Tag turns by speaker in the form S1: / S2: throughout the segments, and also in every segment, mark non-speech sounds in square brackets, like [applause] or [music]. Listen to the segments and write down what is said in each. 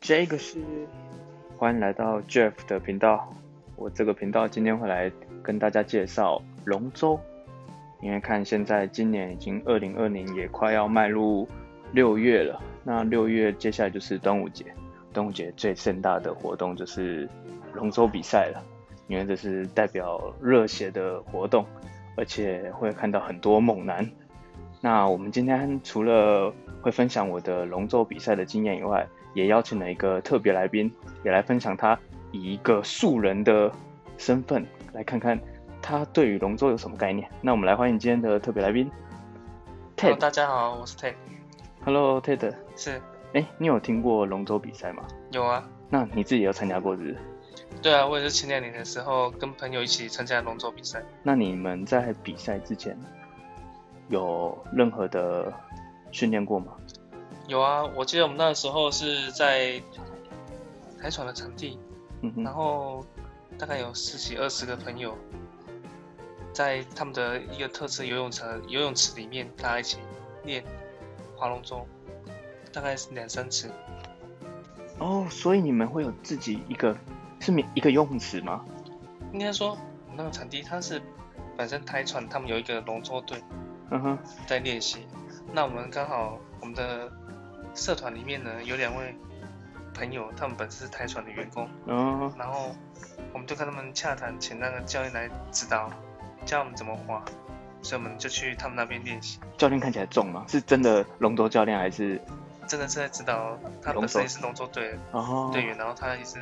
S1: 这个是欢迎来到 Jeff 的频道。我这个频道今天会来跟大家介绍龙舟，因为看现在今年已经二零二零，也快要迈入六月了。那六月接下来就是端午节，端午节最盛大的活动就是龙舟比赛了，因为这是代表热血的活动，而且会看到很多猛男。那我们今天除了会分享我的龙舟比赛的经验以外，也邀请了一个特别来宾，也来分享他以一个素人的身份，来看看他对于龙舟有什么概念。那我们来欢迎今天的特别来宾
S2: Hello，
S1: ，Ted。
S2: 哦大家好，我是 Ted，
S1: Hello，Ted。
S2: 是
S1: 哎，你有听过龙舟比赛吗？
S2: 有啊，
S1: 那你自己有参加过是不是？
S2: 对啊，我也是前两年的时候跟朋友一起参加龙舟比赛，
S1: 那你们在比赛之前有任何的训练过吗？
S2: 有啊，我记得我们那时候是在呃海船的场地，
S1: 嗯
S2: 然
S1: 哼，
S2: 后大概有十几二十个朋友，在他们的一个特色游泳池游泳池里面，大家一起练划龙舟，大概是两三次，
S1: 哦，所以你们会有自己一个是免一个游泳池吗？
S2: 应该说我们那个场地它是本身台船他们有一个龙舟队，
S1: 嗯哼，
S2: 在练习。那我们刚好我们的社团里面呢有两位朋友，他们本身是台船的员工，
S1: 嗯
S2: 然后我们就跟他们洽谈，请那个教练来指导，教我们怎么划，所以我们就去他们那边练习。
S1: 教练看起来重吗？是真的龙舟教练还是？
S2: 真的是在指导，他
S1: 龙
S2: 本
S1: 舟
S2: 身也是龙舟队的
S1: 哦，
S2: 队员，然后他也是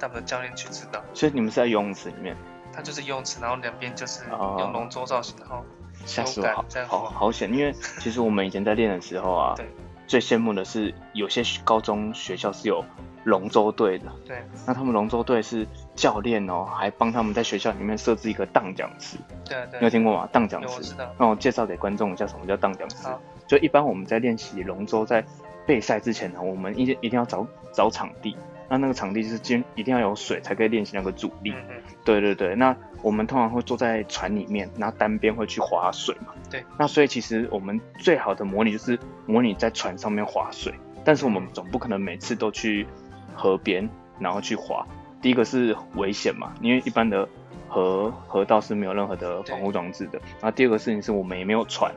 S2: 他们的教练去指导。
S1: 所以你们是在游泳池里面，
S2: 他就是游泳池，然后两边就是
S1: 哦
S2: 用龙舟造型，哦然后
S1: 吓死我，
S2: 敢
S1: 好
S2: 这样，
S1: 好好险！因为其实我们以前在练的时候啊
S2: [laughs] 对
S1: 最羡慕的是有些高中学校是有龙舟队的，
S2: 对
S1: 那他们龙舟队是教练哦，还帮他们在学校里面设置一个荡桨池，
S2: 对啊
S1: 你有
S2: 对啊，
S1: 听过吗？荡桨
S2: 有我
S1: 池
S2: 知，道，
S1: 那我介绍给观众一下什么叫荡桨池
S2: 好。
S1: 就一般我们在练习龙舟在备赛之前呢，我们一定一定要找找场地，那那个场地就是今一定要有水才可以练习那个阻力。
S2: 嗯嗯
S1: 对对对，那我们通常会坐在船里面，然后单边会去划水嘛。
S2: 对。
S1: 那所以其实我们最好的模拟就是模拟在船上面划水，但是我们总不可能每次都去河边然后去划。第一个是危险嘛，因为一般的河河道是没有任何的防护装置的。然后第二个事情是我们也没有船，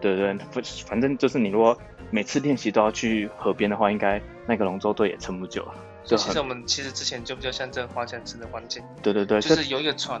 S1: 对对对，反反正就是你如果每次练习都要去河边的话，应该那个龙舟队也撑不久了。
S2: 所
S1: 就
S2: 以其实
S1: 很
S2: 我们其实之前就比较像这个划桨池的环境。
S1: 对对对，
S2: 就
S1: 所以
S2: 是有一个船，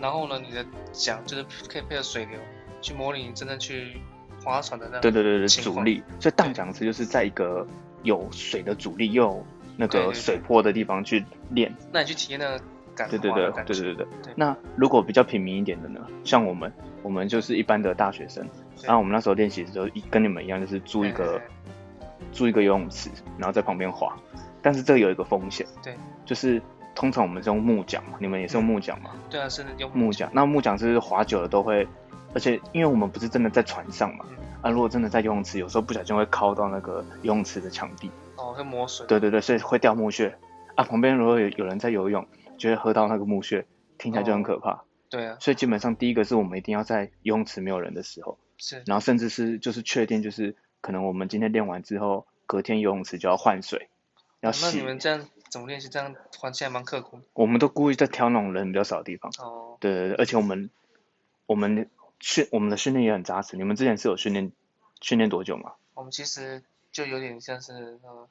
S2: 然后呢，你的桨就是可以配合水流去模拟你真正去划船的那种。
S1: 对对对对，
S2: 情
S1: 阻
S2: 况
S1: 力。所以荡桨池就是在一个有水的阻力又有那
S2: 对对
S1: 个
S2: 对
S1: 水波的地方去练。
S2: 那你去体验那个感
S1: 对对
S2: 划
S1: 对
S2: 的感
S1: 对
S2: 觉。
S1: 对对对
S2: 对。
S1: 那如果比较平民一点的呢，像我们，我们就是一般的大学生，然后我们那时候练习的时候，一跟你们一样，就是租一个
S2: 哎
S1: 租一个游泳池，然后在旁边划。但是这个有一个风险，
S2: 对，嗯
S1: 就是通常我们是用木桨嘛，你们也是用木桨嘛？
S2: 对啊，是用
S1: 木桨，那木桨是划久了都会，而且因为我们不是真的在船上嘛，啊，如果真的在游泳池，有时候不小心会靠到那个游泳池的墙壁，
S2: 哦，会磨水。
S1: 对对对，所以会掉木屑啊。旁边如果有有人在游泳，就会喝到那个木屑，听起来就很可怕。
S2: 对啊，
S1: 所以基本上第一个是我们一定要在游泳池没有人的时候，
S2: 是
S1: 然后甚至是就是确定就是可能我们今天练完之后，隔天游泳池就要换水，要
S2: 哦那
S1: 洗
S2: 你，们这样怎么练习？这样环境还蛮刻苦。
S1: 我们都故意在挑那种人比较少的地方。
S2: 哦，
S1: 对对对，而且我们我们训我们的训练也很扎实。你们之前是有训练训练多久吗？
S2: 我们其实就有点像是呃，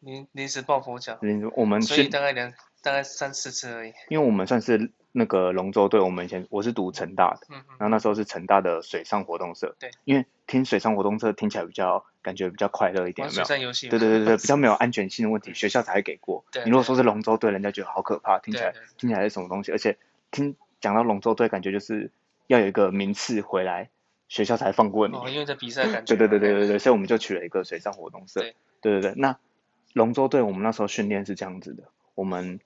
S2: 临临时抱佛脚，
S1: 嗯我们
S2: 所以
S1: 训，
S2: 大概两大概三四次而已。
S1: 因为我们算是那个龙舟队，我们以前我是读成大的，
S2: 嗯嗯，
S1: 然后那时候是成大的水上活动社。
S2: 对，
S1: 因为听水上活动社听起来比较感觉比较快乐一点，
S2: 玩
S1: 有没
S2: 水
S1: 有？
S2: 上游戏嘛。
S1: 对对对对，比较没有安全性的问题，学校才会给过。
S2: 对
S1: 你如果
S2: 对
S1: 说是龙舟队，人家觉得好可怕，听起
S2: 对
S1: 来
S2: 对
S1: 听起来是什么东西？而且听讲到龙舟队，感觉就是要有一个名次回来，学校才放过你。
S2: 哦，因为在比赛的感觉
S1: 嗯对
S2: 嘛。
S1: 对对对对对，所以我们就取了一个水上活动社。
S2: 对
S1: 对对对那龙舟队我们那时候训练是这样子的，我们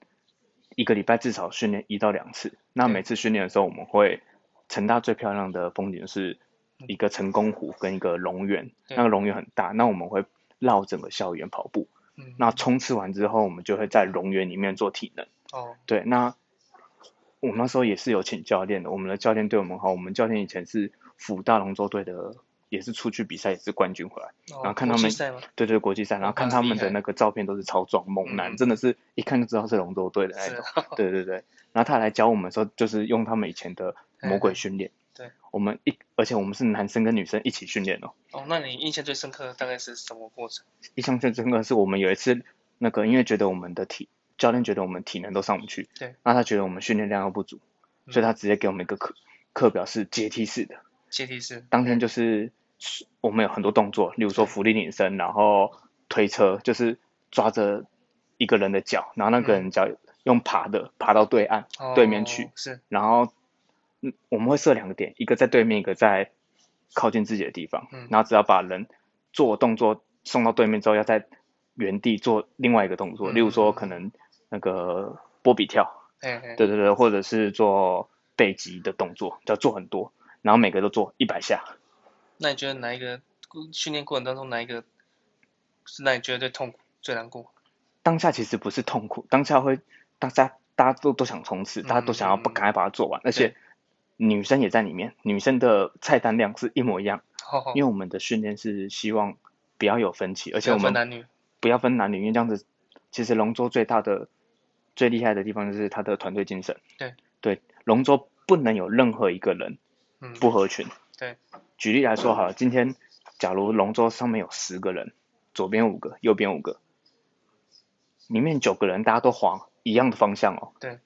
S1: 一个礼拜至少训练一到两次。那
S2: 对
S1: 每次训练的时候，我们会成大最漂亮的风景是一个成功湖跟一个龙园，
S2: 嗯对
S1: 那个龙园很大，那我们会绕整个校园跑步。
S2: 嗯，
S1: 那冲刺完之后，我们就会在龙园里面做体能。
S2: 哦，
S1: 对，那我们那时候也是有请教练的，我们的教练对我们很好，我们教练以前是辅大龙舟队的也是出去比赛，也是冠军回来。
S2: 然
S1: 然后看他们
S2: 赛嘛，
S1: 对对，国际赛，然后看他们
S2: 厉害
S1: 的那个照片都是超壮猛男，
S2: 嗯
S1: 真的是一看就知道是龙舟队的那 [laughs]
S2: 是
S1: 种。
S2: 啊，
S1: 对对对，然后他来教我们的时候，就是用他们以前的魔鬼
S2: 嗯
S1: 训练。
S2: 对，
S1: 我们一而且我们是男生跟女生一起训练哦。
S2: 哦，那你印象最深刻的大概是什么过程？
S1: 印象最深刻的是我们有一次那个，因为觉得我们的体教练觉得我们体能都上不去，
S2: 对，
S1: 那他觉得我们训练量又不足，所以
S2: 嗯
S1: 他直接给我们一个课课表是阶梯式的。
S2: 阶梯式，
S1: 当天就是我们有很多动作，例如说浮力拧身，然后推车，就是抓着一个人的脚，然后那个人脚用爬的爬到对岸，
S2: 哦
S1: 对面去
S2: 是，
S1: 然后嗯我们会设两个点，一个在对面，一个在靠近自己的地方
S2: 嗯，
S1: 然后只要把人做动作送到对面之后，要在原地做另外一个动作，
S2: 嗯
S1: 例如说可能那个波比跳，
S2: 嘿嘿，
S1: 对对对，或者是做背肌的动作，要做很多，然后每个都做一百下。
S2: 那你觉得哪一个训练过程当中哪一个是让你觉得最痛苦、最难过？ [laughs]
S1: 当下其实不是痛苦，当下会大家大家都都想冲刺，大家都想要把
S2: 嗯
S1: 赶快把它做完，而且女生也在里面，女生的菜单量是一模一样，
S2: 哦，
S1: 因为我们的训练是希望不要有分歧，而且我
S2: 不要
S1: 们
S2: 分男女，
S1: 不要分男女，因为这样子其实龙舟最大的最厉害的地方就是它的团队精神，
S2: 对
S1: 对，龙舟不能有任何一个人
S2: 嗯，
S1: 不合群。
S2: 对，
S1: 举例来说好了，今天假如龙舟上面有十个人，左边五个，右边五个，里面九个人大家都划一样的方向哦。
S2: 对。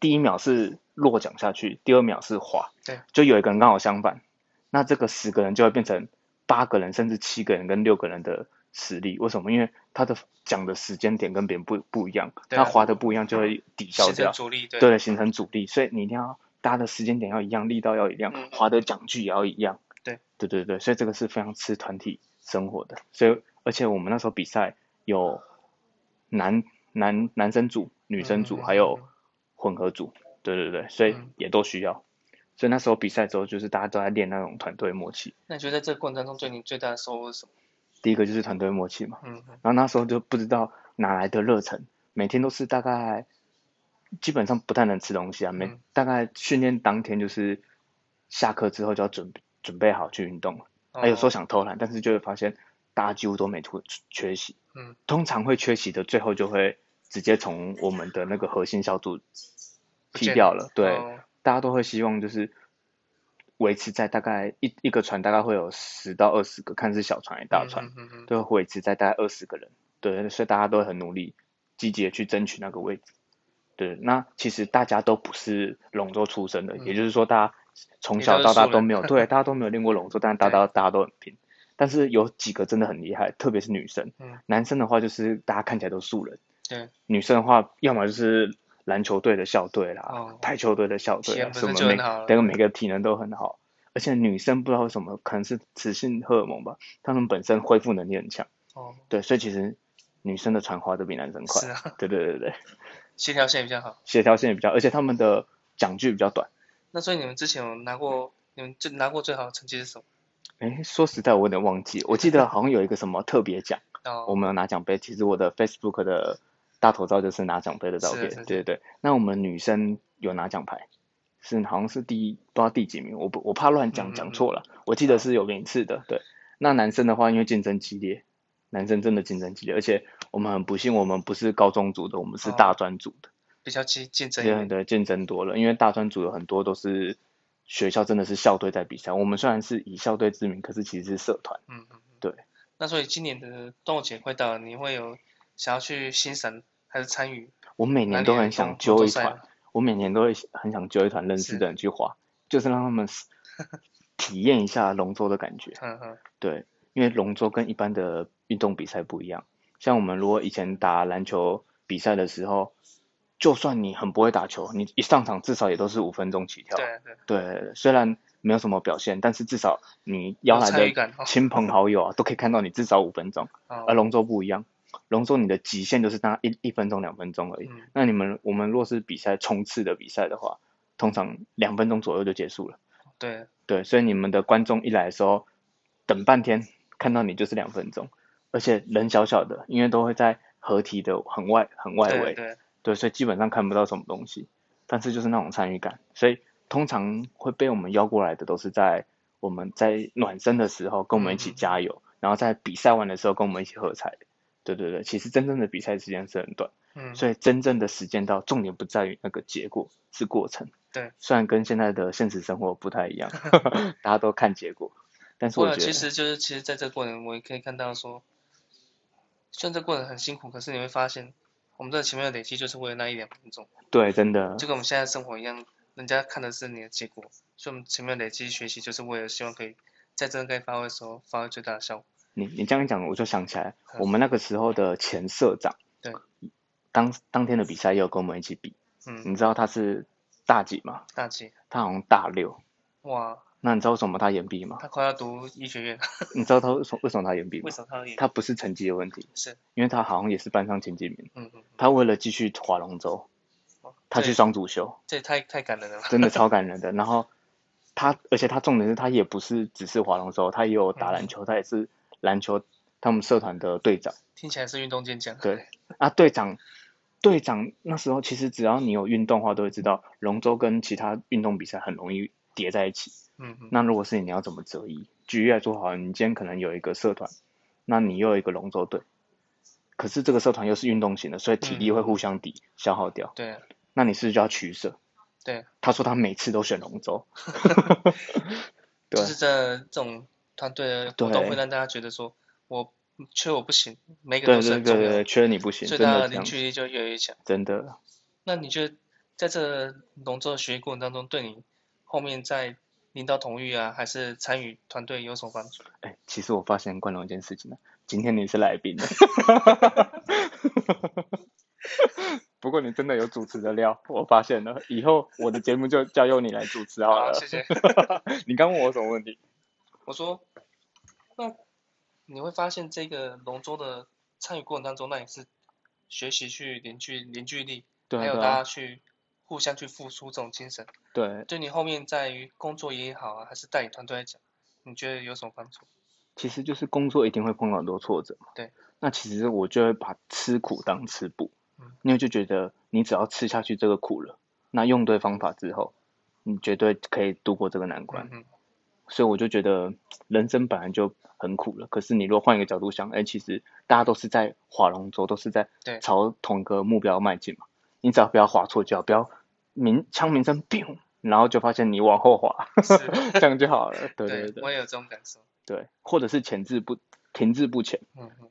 S1: 第一秒是落桨下去，第二秒是滑。
S2: 对。
S1: 就有一个人刚好相反，那这个十个人就会变成八个人，甚至七个人跟六个人的实力。为什么？因为他的讲的时间点跟别人不不一样，
S2: 对啊
S1: 他划的不一样就会抵消
S2: 形成
S1: 掉。
S2: 阻力，对，
S1: 对，形成阻力，所以你一定要搭的时间点要一样，力道要一样
S2: 嗯，
S1: 划的桨距也要一样。
S2: 对，
S1: 对对对，所以这个是非常吃团体生活的。所以而且我们那时候比赛有男男男生组、女生组，
S2: 嗯嗯
S1: 还有混合组。对对对，所以
S2: 嗯
S1: 也都需要。所以那时候比赛之后，就是大家都在练那种团队默契。
S2: 那你觉得在这个过程当中对你最大的收获是什么？
S1: 第一个就是团队默契嘛，
S2: 嗯嗯，
S1: 然后那时候就不知道哪来的热忱，每天都是大概基本上不太能吃东西啊，每、
S2: 嗯
S1: 大概训练当天就是下课之后就要准备准备好去运动了。
S2: 哦
S1: 啊，有时候想偷懒，但是就会发现大家几乎都没出缺席。
S2: 嗯，
S1: 通常会缺席的，最后就会直接从我们的那个核心小组
S2: 不
S1: 踢
S2: 见
S1: 掉了。对，
S2: 哦
S1: 大家都会希望就是维持在大概一一个船大概会有十到二十个，看是小船还是大船。
S2: 嗯嗯嗯嗯，
S1: 都会维持在大概二十个人，对，所以大家都很努力，积极的去争取那个位置。对，那其实大家都不是龙舟出身的，
S2: 嗯
S1: 也就是说，大家从
S2: 也
S1: 小
S2: 都
S1: 到
S2: 是
S1: 大
S2: 素
S1: 都
S2: 人 [laughs]
S1: 没有，对，大家都没有练过龙舟，但是大
S2: 对
S1: 家大家都很拼。但是有几个真的很厉害，特别是女生，
S2: 嗯
S1: 男生的话就是大家看起来都是素人，
S2: 对，
S1: 女生的话要么就是篮球队的校队啦，
S2: 哦
S1: 排球队的校队
S2: 体
S1: 啦，
S2: 能
S1: 什么
S2: 本身就
S1: 每
S2: 很好了
S1: 对每个体能都很好，而且女生不知道为什么，可能是雌性荷尔蒙吧，她们本身恢复能力很强，
S2: 哦，
S1: 对，所以其实女生的船划得比男生
S2: 是
S1: 快，
S2: 啊，
S1: 对对对对，
S2: 协调性也比较好。
S1: 协调性也比较，而且他们的桨距比较短。
S2: 那所以你们之前有拿过，你们最拿过最好的成绩是什么？
S1: 哎，说实在，我有点忘记，我记得好像有一个什么特别奖，
S2: 哦，
S1: 我们有拿奖杯。其实我的 Facebook 的大头照就是拿奖杯的照
S2: 是啊
S1: 片，
S2: 是是
S1: 对对对。那我们女生有拿奖牌，是好像是第一，不知道第几名，我不我怕乱
S2: 嗯
S1: 讲
S2: 嗯
S1: 讲
S2: 嗯
S1: 错了，我记得是有名次的，对。那男生的话，因为竞争激烈，男生真的竞争激烈，而且我们很不幸，我们不是高中组的，我们是
S2: 哦
S1: 大专组的，
S2: 比较竞竞争一
S1: 对对
S2: 点，
S1: 对，竞争多了，因为大专组有很多都是。学校真的是校队在比赛，我们虽然是以校队之名，可是其实是社团。
S2: 嗯嗯，嗯
S1: 对。
S2: 那所以今年的端午节快到了，你会有想要去欣赏还是参与
S1: 我每
S2: 哪
S1: 年
S2: 里
S1: 都
S2: 的
S1: 很
S2: 动
S1: 想
S2: 动作
S1: 揪一
S2: 赛
S1: 团
S2: 吗，
S1: 我每年都会很想揪一团认识
S2: 是
S1: 的人去滑，就是让他们
S2: [laughs]
S1: 体验一下龙舟的感觉。
S2: 嗯嗯，
S1: 对，因为龙舟跟一般的运动比赛不一样，像我们如果以前打篮球比赛的时候，就算你很不会打球，你一上场至少也都是五分钟起跳。
S2: 对对，
S1: 对，虽然没有什么表现，但是至少你邀
S2: 有
S1: 来
S2: 参与
S1: 的
S2: 感哦。
S1: 亲朋好友啊，都可以看到你至少五分钟。而
S2: 哦，
S1: 龙舟不一样，龙舟你的极限就是大概一一分钟、两分钟而已。
S2: 嗯
S1: 那你们我们若是比赛冲刺的比赛的话，通常两分钟左右就结束了。
S2: 对，
S1: 对，所以你们的观众一来的时候，等半天看到你就是两分钟，而且人小小的，因为都会在合体的很外很外围，
S2: 对对，
S1: 对，所以基本上看不到什么东西，但是就是那种参与感，所以通常会被我们邀过来的都是在我们在暖身的时候跟我们一起加油，
S2: 嗯
S1: 然后在比赛完的时候跟我们一起喝彩。对对对，其实真正的比赛时间是很短，
S2: 嗯，
S1: 所以真正的时间到，重点不在于那个结果，是过程。
S2: 对，
S1: 虽然跟现在的现实生活不太一
S2: [laughs]
S1: 样，大家都看结果，但是
S2: 或
S1: 我
S2: 者
S1: 觉
S2: 其
S1: 得，
S2: 实就是其实在这个过程，我也可以看到说，虽然这过程很辛苦，可是你会发现，我们在前面的累积就是为了那一两分钟，
S1: 对，真的，
S2: 就跟我们现在生活一样，人家看的是你的结果，所以我们前面的累积学习就是为了希望可以在真正该发挥的时候发挥最大的效果。
S1: 你你这样一讲，我就想起来，
S2: 嗯
S1: 我们那个时候的前社长，
S2: 对，
S1: 当当天的比赛也有跟我们一起比，
S2: 嗯，
S1: 你知道他是大几吗？
S2: 大姐，
S1: 他好像大六。
S2: 哇，
S1: 那你知道为什么他延毕吗？
S2: 他快要读医
S1: [laughs]
S2: 学院了，
S1: 你知道他为什么为什么他延毕吗
S2: 为？什么他要演？
S1: 他不是成绩的问题，
S2: 是，
S1: 因为他好像也是班上前几名。
S2: 嗯嗯，嗯
S1: 他为了继续划龙舟，
S2: 哇
S1: 他
S2: 这
S1: 去
S2: 也
S1: 双主修，
S2: 这也太太感人了吧，
S1: 真的超感人的。然后他，而且他重点是他也不是只是划龙舟，他也有
S2: 嗯
S1: 打篮球，他也是篮球他们社团的队长。
S2: 听起来是运动健将。
S1: 对，啊，队长，队长那时候其实只要你有运动的话，都会知道龙舟跟其他运动比赛很容易叠在一起。
S2: 嗯嗯，
S1: 那如果是你，你要怎么择一？举例来说，好了，你今天可能有一个社团，那你又有一个龙舟队，可是这个社团又是运动型的，所以体
S2: 嗯
S1: 力会互相抵、消耗掉。
S2: 对啊，
S1: 那你是不是就要取舍？
S2: 对，
S1: 他说他每次都选龙
S2: [laughs]
S1: 舟，对
S2: 就是这这种团队的活动
S1: 对
S2: 会让大家觉得说，我嗯缺我不行，每个人
S1: 对
S2: 都是
S1: 对
S2: 很重
S1: 对
S2: 要
S1: 对，
S2: 的，
S1: 缺你不行，
S2: 所
S1: 真
S2: 以大家
S1: 的
S2: 的
S1: 这
S2: 凝
S1: 样，
S2: 聚力就越来越强。
S1: 真的。
S2: 那你觉得在这龙舟的学习过程当中，对你后面在领导统御啊，还是参与团队有什么帮助？
S1: 哎，其实我发现冠龙一件事情呢，今天你是来宾的， [laughs] 不过你真的有主持的料，我发现了，以后我的节目就交由你来主持好了。
S2: 谢谢。
S1: 你刚问我什么问题？
S2: 我说，那你会发现这个龙舟的参与过程当中，那也是学习去凝聚凝聚力，
S1: 对
S2: 还
S1: 啊
S2: 有
S1: 对
S2: 大
S1: 啊
S2: 家去互相去付出这种精神。
S1: 对，
S2: 对你后面在于工作也好啊，还是带领团队来讲，你觉得有什么帮助？
S1: 其实就是工作一定会碰到很多挫折嘛。
S2: 对。
S1: 那其实我就会把吃苦当吃补
S2: 嗯，
S1: 因为就觉得你只要吃下去这个苦了，那用对方法之后，你绝对可以度过这个难关。[laughs]
S2: 嗯哼，
S1: 所以我就觉得人生本来就很苦了，可是你如果换一个角度想，哎、其实大家都是在划龙舟，都是在
S2: 对
S1: 朝同一个目标迈进嘛。你只要不要划错脚，不要鸣枪鸣声 biu，然后就发现你往后滑，
S2: 是
S1: 这样就好了。对对
S2: 对，我
S1: 对
S2: 也有这种感受。
S1: 对，或者是前置不停滞不前。
S2: 嗯嗯，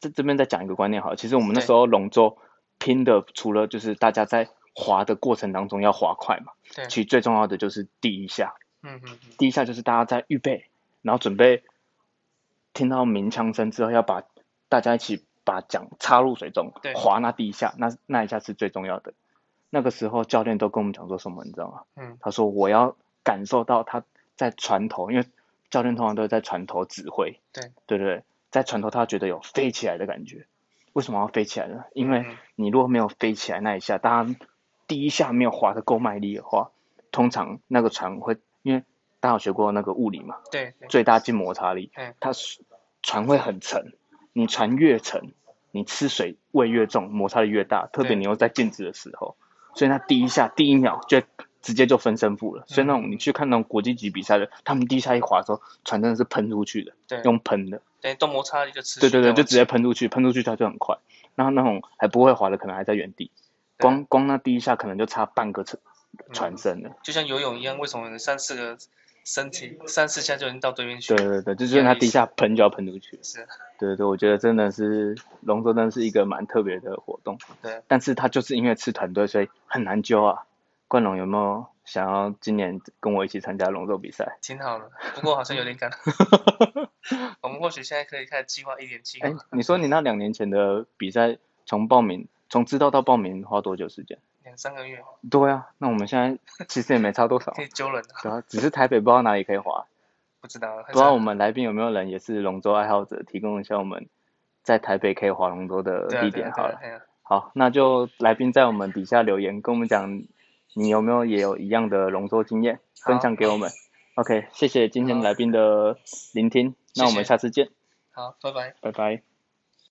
S1: 这这边再讲一个观念好了，其实我们那
S2: 对
S1: 时候龙舟拼的，除了就是大家在划的过程当中要划快嘛，
S2: 对，
S1: 其实最重要的就是第一下，
S2: 嗯嗯嗯，
S1: 第一下就是大家在预备，然后准备听到鸣枪声之后，要把大家一起把桨插入水中
S2: 对，
S1: 划那第一下，那那一下是最重要的。那个时候教练都跟我们讲说什么，你知道吗？
S2: 嗯，
S1: 他说我要感受到他在船头，因为教练通常都是在船头指挥，
S2: 对
S1: 对对对，在船头他觉得有飞起来的感觉。为什么要飞起来呢？因为
S2: 嗯
S1: 你如果没有飞起来那一下，大家第一下没有划的够卖力的话，通常那个船会，因为大家有学过那个物理嘛，
S2: 对对，
S1: 最大静摩擦力
S2: 嗯，
S1: 它是船会很沉，你船越沉，你吃水味越重，摩擦力越大，特别
S2: 对
S1: 你又在静止的时候，所以它第一下第一秒就直接就分胜负了。所以那
S2: 嗯
S1: 种你去看那种国际级比赛的，他们第一下一滑的时候，船真的是喷出去的，
S2: 对
S1: 用喷的，
S2: 等于动摩擦力就持续
S1: 对
S2: 啊
S1: 对
S2: 在
S1: 对，
S2: 往
S1: 就直接
S2: 前
S1: 喷出去，喷出去它就很快。然后那种还不会滑的，可能还在原地，
S2: 对
S1: 光光那第一下可能就差半个船
S2: 嗯
S1: 船身了。
S2: 就像游泳一样，为什么有人三四个身体三四下就能到对面去？
S1: 对对对，就是它
S2: 有意
S1: 第一下喷就要喷出去。
S2: 是，啊
S1: 对对对，我觉得真的是龙舟真的是一个蛮特别的活动。
S2: 对，
S1: 但是它就是因为吃团队，所以很难揪啊。冠龙有没有想要今年跟我一起参加龙舟比赛？
S2: 挺好的。不过好像有
S1: [laughs]
S2: 点赶。我们或许现在可以开始计划一点计划
S1: 哎，，你说你那两年前的比赛，从报名从知道到报名花多久时间？
S2: 两三个月
S1: 对啊，那我们现在其实也没差多少
S2: 可，以揪人的，
S1: 对啊，只是台北不知道哪里可以滑，
S2: 不知道了。
S1: 不
S2: 还
S1: 知道我
S2: 是
S1: 们来宾有没有人也是龙舟爱好者，提供一下我们在台北可以滑龙舟的
S2: 对啊
S1: 地
S2: 对啊
S1: 点
S2: 对
S1: 好
S2: 啊
S1: 了。
S2: 哎呀
S1: 好，那就来宾在我们底下留言，跟我们讲你有没有也有一样的龙舟经验，
S2: 好
S1: 分享给我们。OK，谢谢今天来宾的聆听，那我
S2: 谢
S1: 们
S2: 谢
S1: 下次见，
S2: 好，拜拜。
S1: 拜拜。